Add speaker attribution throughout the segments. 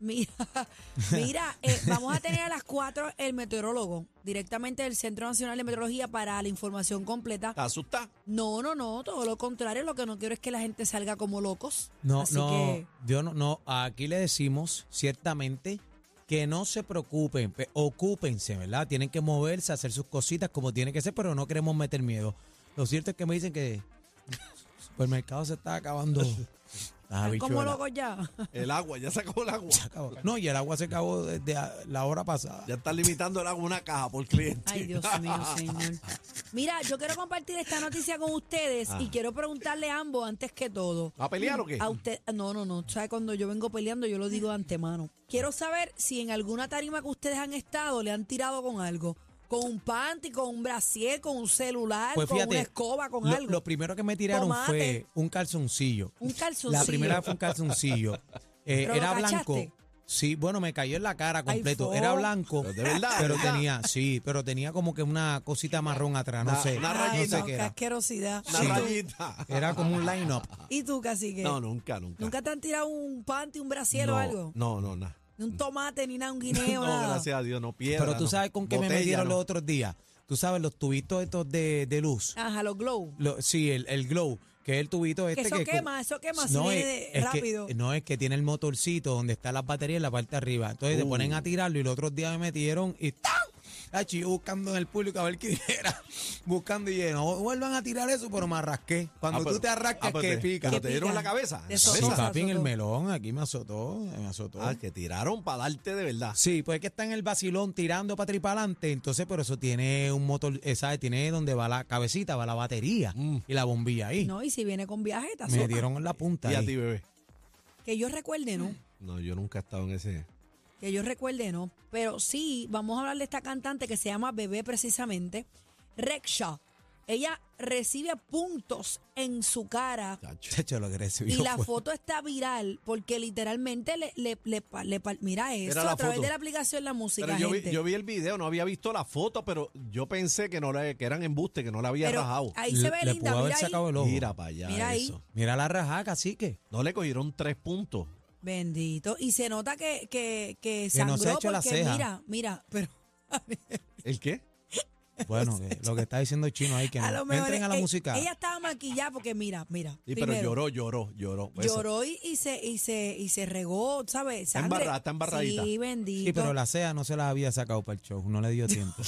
Speaker 1: Mira, mira eh, vamos a tener a las 4 el meteorólogo directamente del Centro Nacional de Meteorología para la información completa.
Speaker 2: ¿Te asusta?
Speaker 1: No, no, no, todo lo contrario, lo que no quiero es que la gente salga como locos.
Speaker 3: No,
Speaker 1: Así
Speaker 3: no,
Speaker 1: que
Speaker 3: yo no, no, aquí le decimos ciertamente que no se preocupen, pe- ocúpense, ¿verdad? Tienen que moverse, hacer sus cositas como tiene que ser, pero no queremos meter miedo. Lo cierto es que me dicen que el supermercado se está acabando. Las
Speaker 1: están como
Speaker 3: habichuelas.
Speaker 1: locos ya.
Speaker 2: El agua, ya se acabó el agua.
Speaker 3: Se acabó. No, y el agua se acabó desde a- la hora pasada.
Speaker 2: Ya están limitando el agua a una caja por cliente.
Speaker 1: Ay, Dios mío, señor. Mira, yo quiero compartir esta noticia con ustedes
Speaker 3: Ah.
Speaker 1: y quiero preguntarle a ambos antes que todo.
Speaker 2: ¿Va a pelear o qué?
Speaker 1: A usted, no, no, no. ¿Sabe? Cuando yo vengo peleando, yo lo digo de antemano. Quiero saber si en alguna tarima que ustedes han estado le han tirado con algo. Con un panty, con un brasier, con un celular,
Speaker 3: Pues
Speaker 1: con
Speaker 3: fíjate,
Speaker 1: una escoba, con
Speaker 3: lo,
Speaker 1: algo.
Speaker 3: lo primero que me tiraron
Speaker 1: Tomate.
Speaker 3: fue un calzoncillo.
Speaker 1: Un calzoncillo.
Speaker 3: La primera fue un calzoncillo. Eh,
Speaker 1: ¿Pero lo
Speaker 3: era blanco.
Speaker 1: cachaste?
Speaker 3: Sí, bueno, me cayó en la cara completo.
Speaker 1: fo.
Speaker 3: era blanco.
Speaker 2: Pero de verdad, de
Speaker 3: pero
Speaker 2: verdad.
Speaker 3: tenía, sí, pero tenía como que una cosita marrón atrás. No
Speaker 2: Una-
Speaker 3: sé.
Speaker 2: una
Speaker 1: Ay,
Speaker 3: no
Speaker 2: rayita.
Speaker 3: sé
Speaker 1: no,
Speaker 3: qué
Speaker 1: qué
Speaker 3: era.
Speaker 1: asquerosidad.
Speaker 2: Una
Speaker 3: Sí.
Speaker 2: rayita.
Speaker 3: Era como un line-up.
Speaker 1: ¿Y tú, cacique?
Speaker 2: No, nunca, nunca.
Speaker 1: Eh, ¿Nunca te han tirado un panty, un brasier
Speaker 2: no,
Speaker 1: o algo?
Speaker 2: No, no, nada.
Speaker 1: Ni un tomate, ni nada, un guineo,
Speaker 2: No,
Speaker 1: nada.
Speaker 2: gracias a Dios, no pierda.
Speaker 3: Pero tú
Speaker 2: no.
Speaker 3: sabes con qué me
Speaker 2: Botella,
Speaker 3: metieron
Speaker 2: no.
Speaker 3: los otros días. Tú sabes, los tubitos estos de, de luz.
Speaker 1: Ajá, los glow.
Speaker 3: Lo- sí, el, el glow, que es el tubito este
Speaker 1: eso
Speaker 3: que es
Speaker 1: quema,
Speaker 3: como-
Speaker 1: eso quema, si viene de-
Speaker 3: es que-
Speaker 1: rápido.
Speaker 3: no, es que tiene el motorcito donde está la batería en la parte de arriba. Entonces te
Speaker 2: Uh.
Speaker 3: ponen a tirarlo y los otros días me metieron y ¡tau! Achi, yo buscando en el público a ver quién era. Buscando y yo, no vuelvan a tirar eso, pero me arrasqué. Cuando
Speaker 2: Ah,
Speaker 3: tú
Speaker 2: pero-
Speaker 3: te arrascas,
Speaker 2: ah, pero
Speaker 3: que
Speaker 2: te-
Speaker 3: pica.
Speaker 2: pero
Speaker 1: Que
Speaker 2: te dieron en
Speaker 1: pica.
Speaker 2: la cabeza.
Speaker 1: Te
Speaker 2: en la
Speaker 3: Sí,
Speaker 1: azotó,
Speaker 2: cabeza.
Speaker 3: papi, en el
Speaker 1: azotó.
Speaker 3: melón, aquí me azotó, me azotó.
Speaker 2: Ah, que tiraron para darte de verdad.
Speaker 3: Sí, pues es que está en el vacilón tirando para atrás adelante, entonces, pero eso tiene un motor, eh, ¿sabes? Tiene donde va la cabecita, va la batería
Speaker 2: Mm.
Speaker 3: y la bombilla ahí.
Speaker 1: No, y si viene con viaje, te
Speaker 3: Me
Speaker 1: azota.
Speaker 3: dieron en la punta.
Speaker 2: Y a
Speaker 3: ahí.
Speaker 2: ti, bebé.
Speaker 1: Que yo recuerde, ¿no?
Speaker 2: No, yo nunca he estado en ese.
Speaker 1: que yo recuerde, no. Pero sí, vamos a hablar de esta cantante que se llama Bebé precisamente, Rexha. Ella recibe puntos en su cara
Speaker 2: Chacho.
Speaker 3: Chacho, lo "Pues, que recibió
Speaker 1: y la
Speaker 3: fue-
Speaker 1: foto está viral porque literalmente le, le, le pa- le pa- mira eso
Speaker 2: la
Speaker 1: a través
Speaker 2: foto.
Speaker 1: de la aplicación la música,
Speaker 2: Pero yo vi,
Speaker 1: gente.
Speaker 2: yo vi el video, no había visto la foto, pero yo pensé que no la, que eran embuste, que no la había
Speaker 1: Pero
Speaker 2: rajado.
Speaker 1: ahí se
Speaker 3: Le-
Speaker 1: ve
Speaker 3: le
Speaker 1: linda,
Speaker 3: pudo haber
Speaker 1: mira ahí.
Speaker 3: sacado el ojo.
Speaker 2: Mira para allá
Speaker 1: Mira ahí.
Speaker 2: eso.
Speaker 3: Mira la rajaca, así que.
Speaker 2: No le cogieron tres puntos.
Speaker 1: Bendito. Y se nota que, que, que
Speaker 3: Que
Speaker 1: sangró
Speaker 3: no se ha hecho la
Speaker 1: porque
Speaker 3: ceja.
Speaker 1: mira, mira, pero
Speaker 2: ¿El qué?
Speaker 3: Bueno, que lo que está diciendo el chino ahí, que
Speaker 1: a
Speaker 3: no.
Speaker 1: lo mejor
Speaker 3: entren a la
Speaker 1: e-
Speaker 3: música.
Speaker 1: Ella estaba maquillada porque mira, mira.
Speaker 2: Y pero
Speaker 1: primero.
Speaker 2: lloró, lloró, lloró. Pues,
Speaker 1: Lloró y, y se, y, se, y se regó, ¿sabes?
Speaker 2: Está
Speaker 1: Sangre.
Speaker 2: embarrada, está embarradita.
Speaker 1: Sí, bendito.
Speaker 3: Sí, pero la CEA no se la había sacado para el show, no le dio tiempo.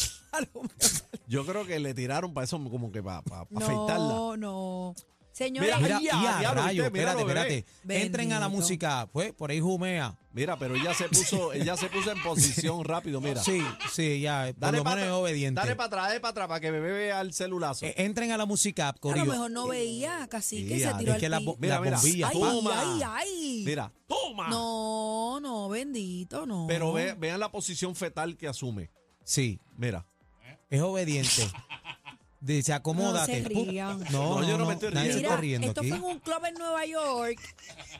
Speaker 2: Yo creo que le tiraron para eso, como que para afeitarla.
Speaker 1: no, no. Señora,
Speaker 2: Mira,
Speaker 3: Mira,
Speaker 2: Ay,
Speaker 3: y
Speaker 2: ya,
Speaker 3: a
Speaker 2: diablo,
Speaker 3: rayos,
Speaker 2: usted, míralo,
Speaker 3: espérate,
Speaker 2: bebé.
Speaker 3: espérate. Entren a la
Speaker 1: Bendito.
Speaker 3: música, pues, por ahí jumea.
Speaker 2: Mira, pero ella se puso, ella se puso en posición rápido, mira.
Speaker 3: Sí, sí, ya, por
Speaker 2: Dale
Speaker 3: lo menos es
Speaker 2: para
Speaker 3: obediente.
Speaker 2: dale para atrás, dale para atrás, para que bebé vea el celulazo.
Speaker 3: Eh, entren a la música,
Speaker 1: a lo
Speaker 3: Corillo.
Speaker 1: mejor no veía, casi que
Speaker 2: Mira,
Speaker 1: se tiró
Speaker 3: es que la
Speaker 1: al
Speaker 3: bo-
Speaker 1: piso.
Speaker 2: mira,
Speaker 3: las
Speaker 2: mira.
Speaker 3: bombillas,
Speaker 1: Ay,
Speaker 2: toma.
Speaker 1: ay, ay.
Speaker 2: Mira, toma.
Speaker 1: No, no, bendito, no.
Speaker 2: Pero ve- vean la posición fetal que asume.
Speaker 3: Sí,
Speaker 2: Mira.
Speaker 3: es obediente. Dice, acomódate.
Speaker 1: No se
Speaker 3: Pum.
Speaker 1: rían.
Speaker 3: No,
Speaker 2: No, yo
Speaker 3: no,
Speaker 2: no me
Speaker 3: no,
Speaker 2: estoy
Speaker 3: nadie se
Speaker 2: riendo.
Speaker 1: Mira,
Speaker 3: está riendo
Speaker 1: esto
Speaker 3: aquí.
Speaker 1: fue en un club en Nueva York.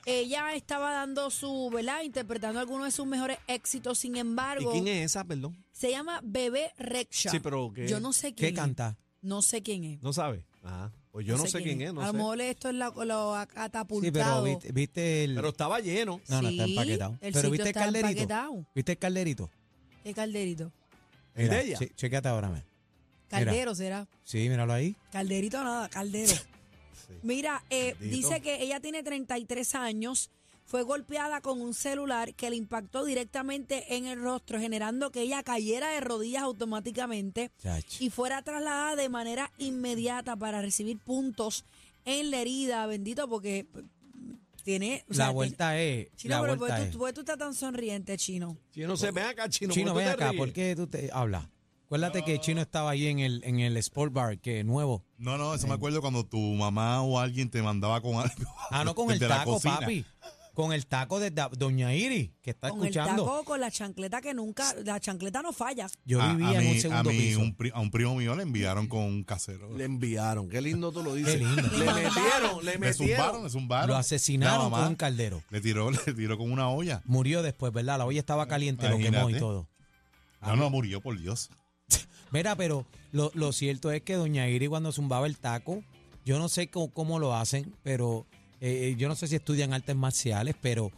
Speaker 1: Ella estaba dando su, ¿verdad? Interpretando algunos de sus mejores éxitos. Sin
Speaker 2: ¿Y
Speaker 1: embargo,
Speaker 2: quién es esa, perdón?
Speaker 1: se llama Bebé Rexha.
Speaker 2: Sí, pero ¿qué?
Speaker 1: Yo no sé quién
Speaker 3: ¿Qué
Speaker 1: es.
Speaker 3: canta?
Speaker 1: No sé quién es.
Speaker 2: ¿No sabe? Ah, pues yo no, sé quién, es, no
Speaker 1: a
Speaker 2: sé.
Speaker 1: lo mejor esto es la- lo ha
Speaker 3: Sí, pero
Speaker 1: catapultado.
Speaker 3: viste, viste el.
Speaker 2: Pero estaba lleno.
Speaker 3: no, no, está
Speaker 1: Sí,
Speaker 3: empaquetado.
Speaker 1: el
Speaker 3: pero
Speaker 1: sitio
Speaker 3: viste el
Speaker 1: está
Speaker 3: calderito.
Speaker 1: empaquetado.
Speaker 3: ¿Viste el calderito?
Speaker 1: ¿Qué calderito?
Speaker 2: ¿Es de ella?
Speaker 3: che- chequéate ahora, me.
Speaker 1: Caldero será.
Speaker 3: Sí, míralo ahí.
Speaker 1: Calderito nada, caldero. Mira, eh,
Speaker 2: Caldito.
Speaker 1: dice que ella tiene 33 años, fue golpeada con un celular que le impactó directamente en el rostro, generando que ella cayera de rodillas automáticamente
Speaker 3: Chacho.
Speaker 1: y fuera trasladada de manera inmediata para recibir puntos en la herida, bendito, porque pues, tiene... o sea,
Speaker 3: la vuelta es.
Speaker 1: tiene- Chino,
Speaker 3: la
Speaker 1: pero pues
Speaker 3: vuelta
Speaker 1: ¿por qué
Speaker 3: es.
Speaker 1: tú, por qué tú estás tan sonriente, Chino?
Speaker 2: Yo no sé, ven acá, chino.
Speaker 3: Chino,
Speaker 2: ¿por qué
Speaker 3: ven
Speaker 2: tú te
Speaker 3: acá,
Speaker 2: ríes?
Speaker 3: ¿por qué tú te hablas? Acuérdate que Chino estaba ahí en el, en el Sport Bar, que nuevo.
Speaker 4: No, no, eso me acuerdo cuando tu mamá o alguien te mandaba con algo.
Speaker 3: Ah, no, con el
Speaker 4: desde la
Speaker 3: taco,
Speaker 4: cocina.
Speaker 3: papi. Con el taco de da- Doña Iris, que está
Speaker 1: Con el
Speaker 3: escuchando.
Speaker 1: taco, con la chancleta que nunca, la chancleta no falla.
Speaker 3: Yo
Speaker 4: A- a
Speaker 3: vivía en
Speaker 4: mí-
Speaker 3: un segundo
Speaker 4: a mí
Speaker 3: piso.
Speaker 4: un pri- a un primo mío le enviaron con un casero.
Speaker 2: Le enviaron. Qué lindo tú lo dices.
Speaker 3: Qué lindo.
Speaker 2: Le metieron, le
Speaker 4: Le
Speaker 2: metieron.
Speaker 4: zumbaron, le zumbaron.
Speaker 3: Lo
Speaker 4: La
Speaker 3: asesinaron
Speaker 4: mamá
Speaker 3: con un caldero.
Speaker 4: Le tiró, le tiró con una olla.
Speaker 3: Murió después, ¿verdad? La olla estaba caliente, lo quemó y
Speaker 4: Imagínate.
Speaker 3: todo.
Speaker 4: No, no, murió, por Dios.
Speaker 3: Mira, pero lo, lo cierto es que Doña Iris cuando zumbaba el taco, yo no sé cómo, cómo lo hacen, pero eh, yo no sé si estudian artes marciales, pero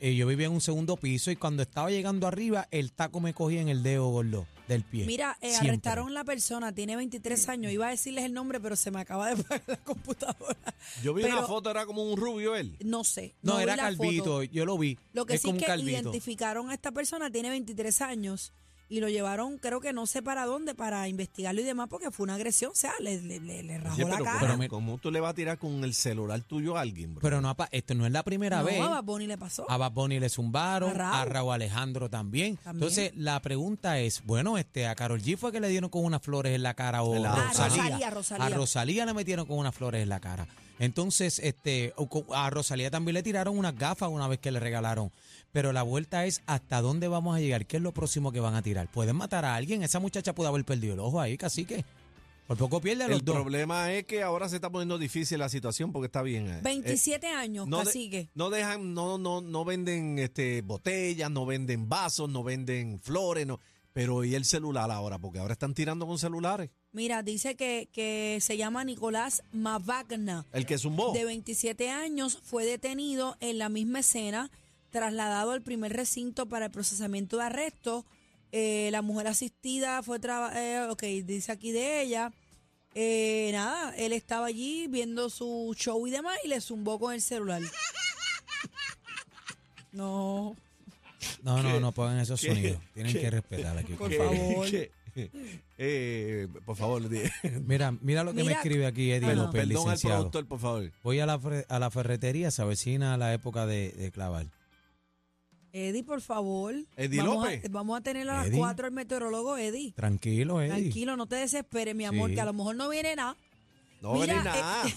Speaker 3: eh, yo vivía en un segundo piso y cuando estaba llegando arriba, el taco me cogía en el dedo gordo del pie.
Speaker 1: Mira, eh,
Speaker 3: Siempre.
Speaker 1: arrestaron a la persona, tiene 23 años. Iba a decirles el nombre, pero se me acaba de apagar la computadora.
Speaker 2: Yo vi una
Speaker 1: Pero-
Speaker 2: foto, era como un rubio él.
Speaker 1: No sé.
Speaker 3: No,
Speaker 1: vi
Speaker 3: era
Speaker 1: la
Speaker 3: calvito,
Speaker 1: foto.
Speaker 3: yo lo vi.
Speaker 1: Lo que
Speaker 3: es
Speaker 1: sí
Speaker 3: como
Speaker 1: que
Speaker 3: un calvito.
Speaker 1: identificaron a esta persona, tiene 23 años y lo llevaron, creo que no sé para dónde, para investigarlo y demás, porque fue una agresión. O sea, le, le- le- le rajó
Speaker 2: Oye,
Speaker 1: la
Speaker 2: pero,
Speaker 1: cara.
Speaker 2: pero,
Speaker 3: me-
Speaker 2: ¿cómo tú le vas a tirar con el celular tuyo a alguien, bro?
Speaker 3: Pero no, apa- esto no es la primera
Speaker 1: no,
Speaker 3: vez.
Speaker 1: a Bad Bunny le pasó.
Speaker 3: A Bad Bunny le zumbaron,
Speaker 1: A
Speaker 3: a
Speaker 1: Raúl.
Speaker 3: Raúl, Alejandro también.
Speaker 1: También.
Speaker 3: Entonces, la pregunta es, bueno, este a Carol G fue que le dieron con unas flores en la cara o
Speaker 2: En la-
Speaker 1: Ah,
Speaker 3: Rosalía.
Speaker 1: Rosalía, Rosalía.
Speaker 3: A Rosalía le metieron con unas flores en la cara. Entonces, este o co- a Rosalía también le tiraron unas gafas una vez que le regalaron. Pero la vuelta es hasta dónde vamos a llegar, qué es lo próximo que van a tirar. Pueden matar a alguien, esa muchacha pudo haber perdido el ojo ahí, casi que por poco pierde a los
Speaker 2: El
Speaker 3: dos.
Speaker 2: problema es que ahora se está poniendo difícil la situación porque está bien. eh,
Speaker 1: 27 años,
Speaker 2: no de-
Speaker 1: cacique.
Speaker 2: no dejan, no, no, no venden este, botellas, no venden vasos, no venden flores, no. Pero y el celular ahora, porque ahora están tirando con celulares.
Speaker 1: Mira, dice que, que se llama Nicolás Mavagna,
Speaker 2: El que zumbó.
Speaker 1: de 27 años, fue detenido en la misma escena, trasladado al primer recinto para el procesamiento de arresto. Eh, la mujer asistida fue, traba- eh, ok, dice aquí de ella. Eh, nada, él estaba allí viendo su show y demás y le zumbó con el celular. No,
Speaker 3: No, no, no pongan esos
Speaker 2: ¿Qué?
Speaker 3: sonidos. Tienen
Speaker 2: ¿Qué?
Speaker 3: que respetar aquí.
Speaker 1: Por
Speaker 3: por
Speaker 2: Que-
Speaker 3: favor.
Speaker 1: favor.
Speaker 2: que- eh, por favor, di-
Speaker 3: Mira, mira lo que me
Speaker 1: Mira,
Speaker 3: escribe aquí Eddie
Speaker 1: ah.
Speaker 2: perdón,
Speaker 3: López,
Speaker 2: perdón al
Speaker 3: licenciado.
Speaker 2: productor, por favor.
Speaker 3: Voy a la, fer- a la ferretería, se avecina la época de, de clavar.
Speaker 1: Eddie, por favor.
Speaker 2: Eddie
Speaker 1: vamos
Speaker 2: López.
Speaker 1: A, vamos a tener a las
Speaker 3: Eddie.
Speaker 1: 4 el meteorólogo Eddie.
Speaker 3: Tranquilo, Eddie.
Speaker 1: Tranquilo, no te desesperes, mi amor,
Speaker 3: Sí.
Speaker 1: que a lo mejor no viene nada.
Speaker 2: No,
Speaker 1: Mira,
Speaker 2: ni nada.
Speaker 1: eh,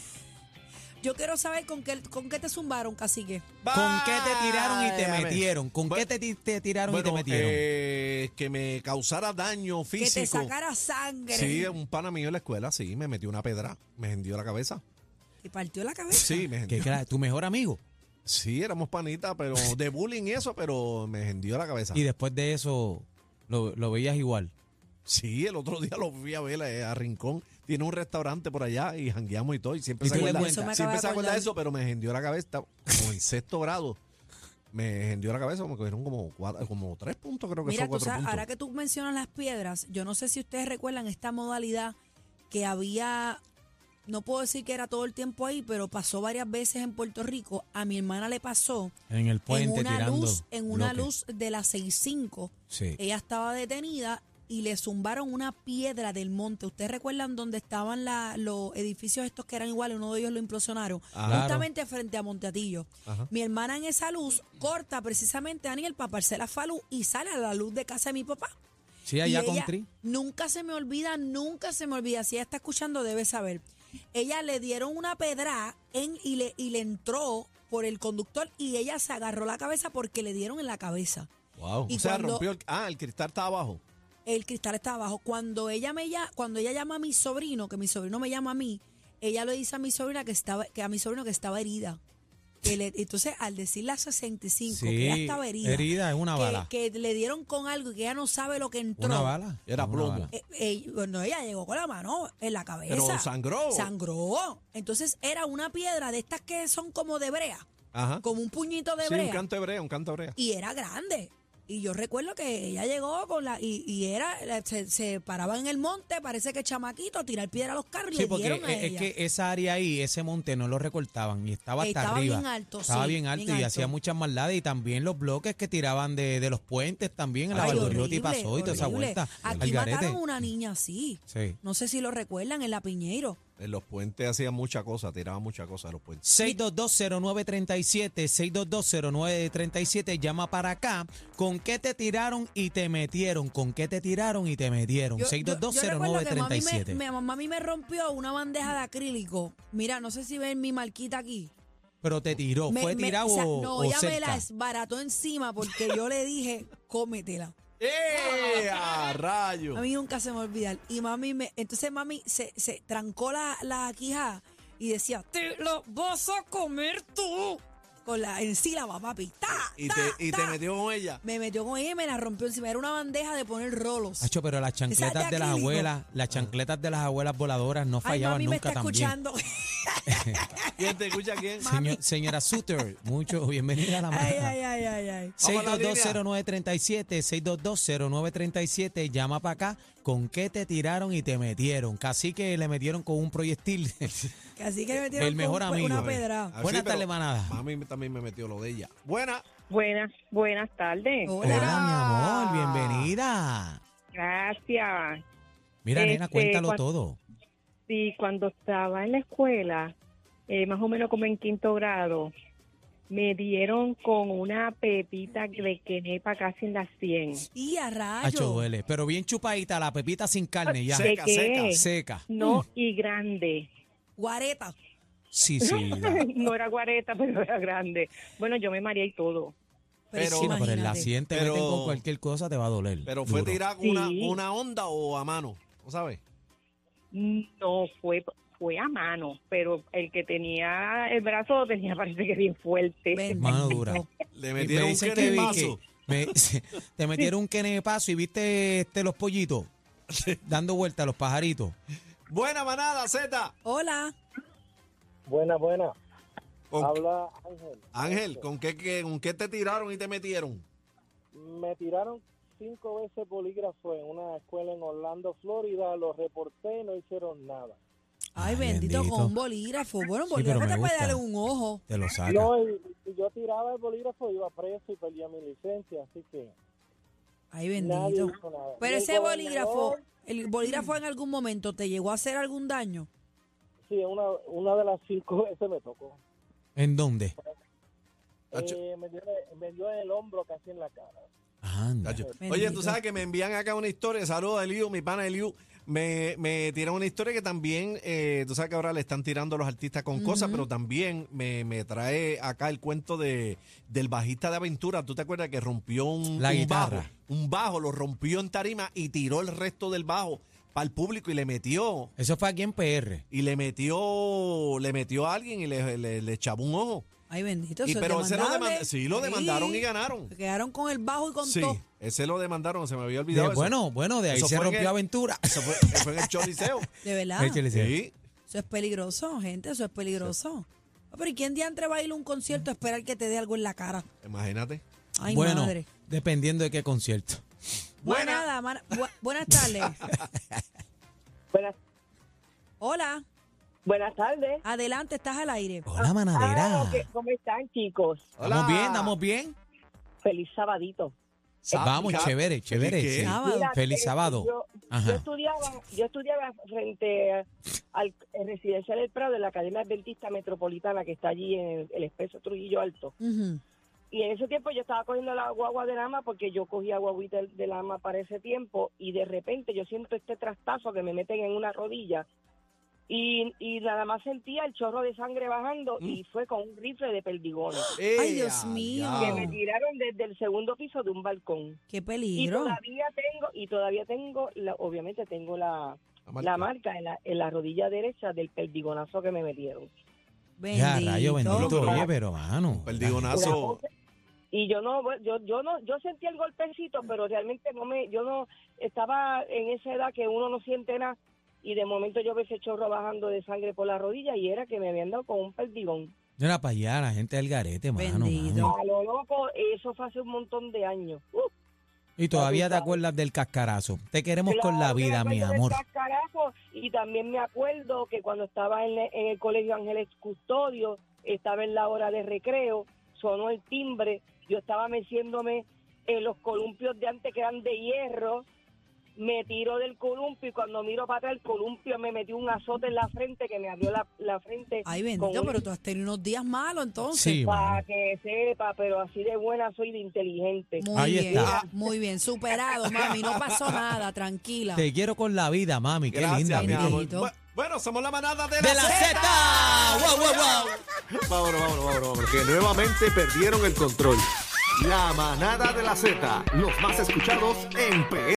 Speaker 1: Yo quiero saber con qué, con qué te zumbaron, cacique.
Speaker 3: ¿Con qué te tiraron y te
Speaker 2: Válgame.
Speaker 3: metieron? ¿Con
Speaker 2: Bueno,
Speaker 3: qué te, ti- te tiraron y
Speaker 2: Bueno,
Speaker 3: te metieron?
Speaker 2: eh, que me causara daño físico.
Speaker 1: Que te sacara sangre.
Speaker 2: Sí, un pana mío en la escuela, sí, me metió una pedra, me hendió la cabeza.
Speaker 1: Te partió la cabeza.
Speaker 2: Sí, me
Speaker 3: Que
Speaker 2: hendió.
Speaker 3: era tu mejor amigo.
Speaker 2: Sí, éramos panitas, pero de bullying y eso, pero me hendió la cabeza.
Speaker 3: Y después de eso, lo, lo veías igual.
Speaker 2: Sí, el otro día lo fui a ver eh, a Rincón. Tiene un restaurante por allá y jangueamos y todo. Y siempre
Speaker 3: ¿Y
Speaker 2: se
Speaker 3: tú le
Speaker 2: acuerda,
Speaker 3: cuentas? Eso me
Speaker 1: acaba
Speaker 2: siempre
Speaker 1: de
Speaker 2: se acuerda
Speaker 1: acordar.
Speaker 2: de eso, pero me hendió la cabeza como en sexto grado. Me hendió la cabeza, me cogieron como, cuatro- como tres puntos, creo que
Speaker 1: Mira,
Speaker 2: son
Speaker 1: tú
Speaker 2: cuatro
Speaker 1: sabes,
Speaker 2: puntos.
Speaker 1: ahora que tú mencionas las piedras, yo no sé si ustedes recuerdan esta modalidad que había, no puedo decir que era todo el tiempo ahí, pero pasó varias veces en Puerto Rico. A mi hermana le pasó
Speaker 3: En el
Speaker 1: en
Speaker 3: puente
Speaker 1: una
Speaker 3: tirando.
Speaker 1: luz, en una luz
Speaker 3: bloques.
Speaker 1: eh, de la 65.
Speaker 3: Sí.
Speaker 1: Ella estaba detenida y le zumbaron una piedra del monte. ¿Ustedes recuerdan dónde estaban la- los edificios estos que eran iguales? Uno de ellos lo implosionaron.
Speaker 3: Claro.
Speaker 1: Justamente frente a Monteatillo.
Speaker 2: Ajá.
Speaker 1: Mi hermana en esa luz corta precisamente a Daniel para parcela Falú y sale a la luz de casa de mi papá.
Speaker 3: Sí,
Speaker 1: Y
Speaker 3: allá
Speaker 1: ella
Speaker 3: country.
Speaker 1: Nunca se me olvida, nunca se me olvida. Si ella está escuchando, debe saber. Ella le dieron una pedra en, y, le, y le entró por el conductor y ella se agarró la cabeza porque le dieron en la cabeza.
Speaker 2: Wow.
Speaker 1: y
Speaker 2: o sea,
Speaker 1: cuando-
Speaker 2: rompió el, ah, el cristal está abajo.
Speaker 1: el cristal está abajo. Cuando ella me llama, cuando ella llama a mi sobrino, que mi sobrino me llama a mí, ella le dice a mi sobrina que estaba, que a mi sobrino que estaba herida. Que le- entonces, al decir la 65, que ella
Speaker 3: Sí,
Speaker 1: estaba herida,
Speaker 3: herida, es una
Speaker 1: que-
Speaker 3: bala.
Speaker 1: que, le dieron con algo y que ella no sabe lo que entró.
Speaker 3: Una bala.
Speaker 2: Era
Speaker 3: Una
Speaker 2: plomo.
Speaker 3: bala.
Speaker 1: Eh, eh, bueno, ella llegó con la mano en la cabeza.
Speaker 2: Pero sangró.
Speaker 1: Sangró. Entonces era una piedra de estas que son como de brea,
Speaker 2: Ajá.
Speaker 1: como un puñito de
Speaker 2: Sí,
Speaker 1: brea
Speaker 2: un canto hebrea, un canto hebrea.
Speaker 1: y era grande. Y yo recuerdo que ella llegó con la y, y era se, se paraba en el monte, parece que chamaquito a tirar piedra a los carros y
Speaker 3: Sí,
Speaker 1: le
Speaker 3: porque
Speaker 1: dieron a
Speaker 3: es, es
Speaker 1: ella.
Speaker 3: que esa área ahí, ese monte, no lo recortaban y estaba hasta
Speaker 1: Estaba
Speaker 3: arriba.
Speaker 1: bien alto,
Speaker 3: Estaba
Speaker 1: sí,
Speaker 3: bien alto
Speaker 1: bien
Speaker 3: y
Speaker 1: alto.
Speaker 3: hacía muchas maldades. Y también los bloques que tiraban de, de los puentes también, en la
Speaker 1: Ay,
Speaker 3: Valdoriotti
Speaker 1: horrible,
Speaker 3: pasó y toda esa
Speaker 1: horrible.
Speaker 3: vuelta. al
Speaker 1: Aquí
Speaker 3: garete.
Speaker 1: mataron a una niña así.
Speaker 3: Sí.
Speaker 1: No sé si lo recuerdan en la Piñeiro.
Speaker 2: En los puentes hacían mucha cosa, tiraban mucha cosa de los puentes.
Speaker 3: 6220937, 6220937, llama para acá. ¿Con qué te tiraron y te metieron? ¿Con qué te tiraron y te metieron?
Speaker 1: Yo- yo- yo recuerdo que mami me-
Speaker 3: 6220937.
Speaker 1: Mi mamá a mí me rompió una bandeja de acrílico. Mira, no sé si ven mi marquita aquí.
Speaker 3: Pero te tiró,
Speaker 1: Me-
Speaker 3: fue
Speaker 1: me-
Speaker 3: tirado
Speaker 1: o sea,
Speaker 3: o,
Speaker 1: No,
Speaker 3: o
Speaker 1: ella me
Speaker 3: cerca.
Speaker 1: la esbarató encima porque yo le dije, cómetela.
Speaker 2: ¡Eh! ¡A rayo!
Speaker 1: A mí nunca se me va a olvidar. Y mami me, entonces mami se, se trancó la, la quija y decía, te lo vas a comer tú. Con la en sílaba, papi. ¡Ta,
Speaker 2: Y
Speaker 1: ta,
Speaker 2: te, y te
Speaker 1: ta!
Speaker 2: metió con ella.
Speaker 1: Me metió con ella y me la rompió encima. Era una bandeja de poner rolos.
Speaker 3: Hacho, pero las chancletas de, las
Speaker 1: acrílico.
Speaker 3: abuelas, las chancletas de las abuelas voladoras no
Speaker 1: Ay,
Speaker 3: fallaban
Speaker 1: mami me
Speaker 3: nunca
Speaker 1: está
Speaker 3: también.
Speaker 1: escuchando.
Speaker 2: ¿Quién te escucha quién?
Speaker 1: Mami.
Speaker 3: Señor- señora Suter, mucho bienvenida a la
Speaker 1: ay,
Speaker 3: mañana.
Speaker 1: ay, ay, ay, ay.
Speaker 2: Vamos a la
Speaker 3: 6220937, 6220937, llama para acá. ¿Con qué te tiraron y te metieron? Casi que le metieron con un proyectil.
Speaker 1: Así que me metieron
Speaker 3: El mejor
Speaker 1: con un-
Speaker 3: amigo. eh.
Speaker 1: una pedra.
Speaker 2: Ah,
Speaker 3: Buenas
Speaker 2: sí, pero
Speaker 3: tardes, manada.
Speaker 2: Mami también me metió lo de ella. Buena.
Speaker 5: Buenas, buenas tardes.
Speaker 1: Hola.
Speaker 3: Hola, mi amor, bienvenida.
Speaker 5: Gracias.
Speaker 3: Mira, nena,
Speaker 5: Este,
Speaker 3: cuéntalo
Speaker 5: cuan-
Speaker 3: todo.
Speaker 5: Sí, cuando estaba en la escuela, eh, más o menos como en quinto grado, me dieron con una pepita que le quenepa casi en las 100.
Speaker 1: Y a rayo.
Speaker 3: Hacho, duele. Pero bien chupadita, la pepita sin carne ya.
Speaker 2: Seca,
Speaker 5: qué?
Speaker 2: seca.
Speaker 3: Seca.
Speaker 5: Ah,
Speaker 1: Mm.
Speaker 5: No, y grande.
Speaker 1: Guareta.
Speaker 3: Sí, sí. da.
Speaker 5: no era guareta, pero era grande. Bueno, yo me mareé y todo.
Speaker 2: Pero-
Speaker 3: Sí, no, pero en la
Speaker 1: imagínate.
Speaker 3: 100 te
Speaker 2: Pero-
Speaker 3: meten con cualquier cosa, te va a doler.
Speaker 2: Pero fue
Speaker 3: duro.
Speaker 2: tirada con una,
Speaker 5: Sí.
Speaker 2: una onda o a mano. ¿No sabes?
Speaker 5: No, fue fue a mano, pero el que tenía el brazo lo tenía parece que bien fuerte.
Speaker 1: Ven.
Speaker 3: Mano dura.
Speaker 2: Le
Speaker 3: Y
Speaker 2: metieron un
Speaker 3: dicen que vi
Speaker 2: quenepazo.
Speaker 3: que me- te metieron un kenepazo y viste este, los pollitos dando vuelta a los pajaritos.
Speaker 2: Buena manada, Z.
Speaker 1: Hola.
Speaker 6: Buena, buena.
Speaker 2: Con-
Speaker 6: Habla Ángel.
Speaker 2: Ángel, ¿con qué, qué- con qué te tiraron y te metieron?
Speaker 6: Me tiraron cinco veces bolígrafo en una escuela en Orlando, Florida. Los reporté y no hicieron nada.
Speaker 1: Ay,
Speaker 3: Ay,
Speaker 1: bendito,
Speaker 3: bendito.
Speaker 1: con un bolígrafo. Bueno, un
Speaker 3: Sí, pero
Speaker 1: bolígrafo
Speaker 3: me
Speaker 1: te puede
Speaker 3: gusta.
Speaker 1: darle un ojo.
Speaker 3: Te lo saca.
Speaker 6: No, y, y yo tiraba el bolígrafo, iba preso y perdía mi licencia. Así que
Speaker 1: Ay,
Speaker 6: nadie
Speaker 1: bendito.
Speaker 6: hizo nada. Y
Speaker 1: Pero
Speaker 6: el
Speaker 1: ese bolígrafo,
Speaker 6: gobernador,
Speaker 1: el bolígrafo en algún momento te llegó a hacer algún daño.
Speaker 6: Sí, una, una de las cinco veces me tocó.
Speaker 3: ¿En dónde?
Speaker 2: Tacho.
Speaker 6: Eh, me, dio, me dio en el hombro, casi en la cara.
Speaker 3: Anda.
Speaker 2: Cacho.
Speaker 1: Bendito.
Speaker 2: Oye, tú sabes que me envían acá una historia. Saludos a Eliu, mi pana Eliu. Me, me tiran una historia que también, eh, tú sabes que ahora le están tirando a los artistas con cosas, pero también me, me trae acá el cuento de del bajista de aventura. ¿Tú te acuerdas que rompió un,
Speaker 3: La
Speaker 2: un
Speaker 3: guitarra.
Speaker 2: bajo? Un bajo, lo rompió en tarima y tiró el resto del bajo para el público y le metió.
Speaker 3: Eso fue aquí en PR.
Speaker 2: Y le metió, le metió a alguien y le, le, le echaba un ojo.
Speaker 1: Ay, bendito.
Speaker 2: Y,
Speaker 1: eso es
Speaker 2: pero ese lo
Speaker 1: demandable.
Speaker 2: demanda- sí, lo demandaron
Speaker 1: Sí.
Speaker 2: y ganaron.
Speaker 1: Se quedaron con el bajo y con
Speaker 2: Sí,
Speaker 1: todo.
Speaker 2: ese lo demandaron, se me había
Speaker 3: De-
Speaker 2: olvidado. eso.
Speaker 3: bueno, bueno, de ahí
Speaker 2: Eso
Speaker 3: se
Speaker 2: fue en
Speaker 3: rompió
Speaker 2: el-
Speaker 3: Aventura.
Speaker 2: Eso fue, eso fue en el Choliseo.
Speaker 1: De verdad.
Speaker 3: Échale, sí.
Speaker 2: Sí.
Speaker 1: Eso es peligroso, gente. Eso es peligroso. Ah, Pero ¿y quién diantre va a ir a un concierto a esperar que te dé algo en la cara?
Speaker 2: Imagínate.
Speaker 1: Ay,
Speaker 3: bueno,
Speaker 1: madre.
Speaker 3: dependiendo de qué concierto.
Speaker 2: Buena.
Speaker 1: Manada, mana- bu- buenas tardes.
Speaker 5: Buenas,
Speaker 1: Hola.
Speaker 5: buenas tardes.
Speaker 1: Adelante, estás al aire.
Speaker 3: Hola, manadera.
Speaker 5: Ah, ok, ¿Cómo están, chicos?
Speaker 2: Hola.
Speaker 3: ¿Estamos bien? ¿Estamos bien?
Speaker 5: Feliz sabadito.
Speaker 3: Vamos,
Speaker 2: Sa-
Speaker 3: chévere, chévere.
Speaker 2: ¿Qué?
Speaker 3: sí.
Speaker 1: Sábado.
Speaker 5: Mira,
Speaker 3: Ah, Feliz
Speaker 5: eh,
Speaker 3: sábado.
Speaker 5: Yo,
Speaker 3: Ajá.
Speaker 5: yo estudiaba, yo estudiaba frente a- al en residencial del Prado de la Academia Adventista Metropolitana que está allí en el, el Expreso Trujillo Alto.
Speaker 1: Ujú.
Speaker 5: Y en ese tiempo yo estaba cogiendo la guagua de lama porque yo cogía guaguita de, de lama para ese tiempo y de repente yo siento este trastazo que me meten en una rodilla y, y nada más sentía el chorro de sangre bajando
Speaker 3: Mm.
Speaker 5: y fue con un rifle de perdigones
Speaker 1: Ay,
Speaker 2: Ea,
Speaker 1: Dios mío.
Speaker 5: que
Speaker 3: Ah.
Speaker 2: diablo.
Speaker 5: me tiraron desde el segundo piso de un balcón.
Speaker 1: Qué
Speaker 5: y
Speaker 1: peligro.
Speaker 5: todavía tengo y todavía tengo la, obviamente tengo la,
Speaker 2: La marca.
Speaker 5: la marca en la, en la rodilla derecha del perdigonazo que me metieron
Speaker 3: Ya, rayo bendito.
Speaker 2: Pero-
Speaker 3: Oye, pero mano.
Speaker 2: Perdigonazo.
Speaker 5: y yo no yo yo no yo sentí el golpecito pero realmente no me yo no estaba en esa edad que uno no siente nada y de momento yo vi ese chorro bajando de sangre por la rodilla y era que me habían dado con un perdigón
Speaker 3: No era para allá, la gente del garete, mano.
Speaker 1: Bendito.
Speaker 3: mano.
Speaker 5: a lo loco eso fue hace un montón de años Uh,
Speaker 3: Y todavía te acuerdas del cascarazo. Te queremos con la
Speaker 5: Claro, me
Speaker 3: vida,
Speaker 5: acuerdo
Speaker 3: mi
Speaker 5: del
Speaker 3: amor.
Speaker 5: cascarazo, y también me acuerdo que cuando estaba en, en el colegio Ángeles Custodio, estaba en la hora de recreo, sonó el timbre, yo estaba meciéndome en los columpios de antes que eran de hierro me tiró del columpio y cuando miro para atrás el columpio me metió un azote en la frente que me abrió la, la frente.
Speaker 1: Ay,
Speaker 5: con
Speaker 1: bendito,
Speaker 5: un-
Speaker 1: pero tú has tenido unos días malos entonces.
Speaker 3: Sí,
Speaker 5: Para
Speaker 3: mano.
Speaker 5: que sepa, pero así de buena soy de inteligente.
Speaker 1: Muy
Speaker 3: Ahí
Speaker 1: bien,
Speaker 3: está.
Speaker 1: muy bien, superado, mami, no pasó nada, tranquila.
Speaker 3: Te quiero con la vida, mami. Qué linda,
Speaker 7: Gracias, mi
Speaker 3: ¿viste?
Speaker 7: amor.
Speaker 1: Bendito.
Speaker 7: Bu- Bueno, somos la manada de,
Speaker 3: De la Z. Wow, wow, wow.
Speaker 2: Vámonos, vámonos, vámonos, vámonos, que nuevamente perdieron el control. La manada de la Z, los más escuchados en PR.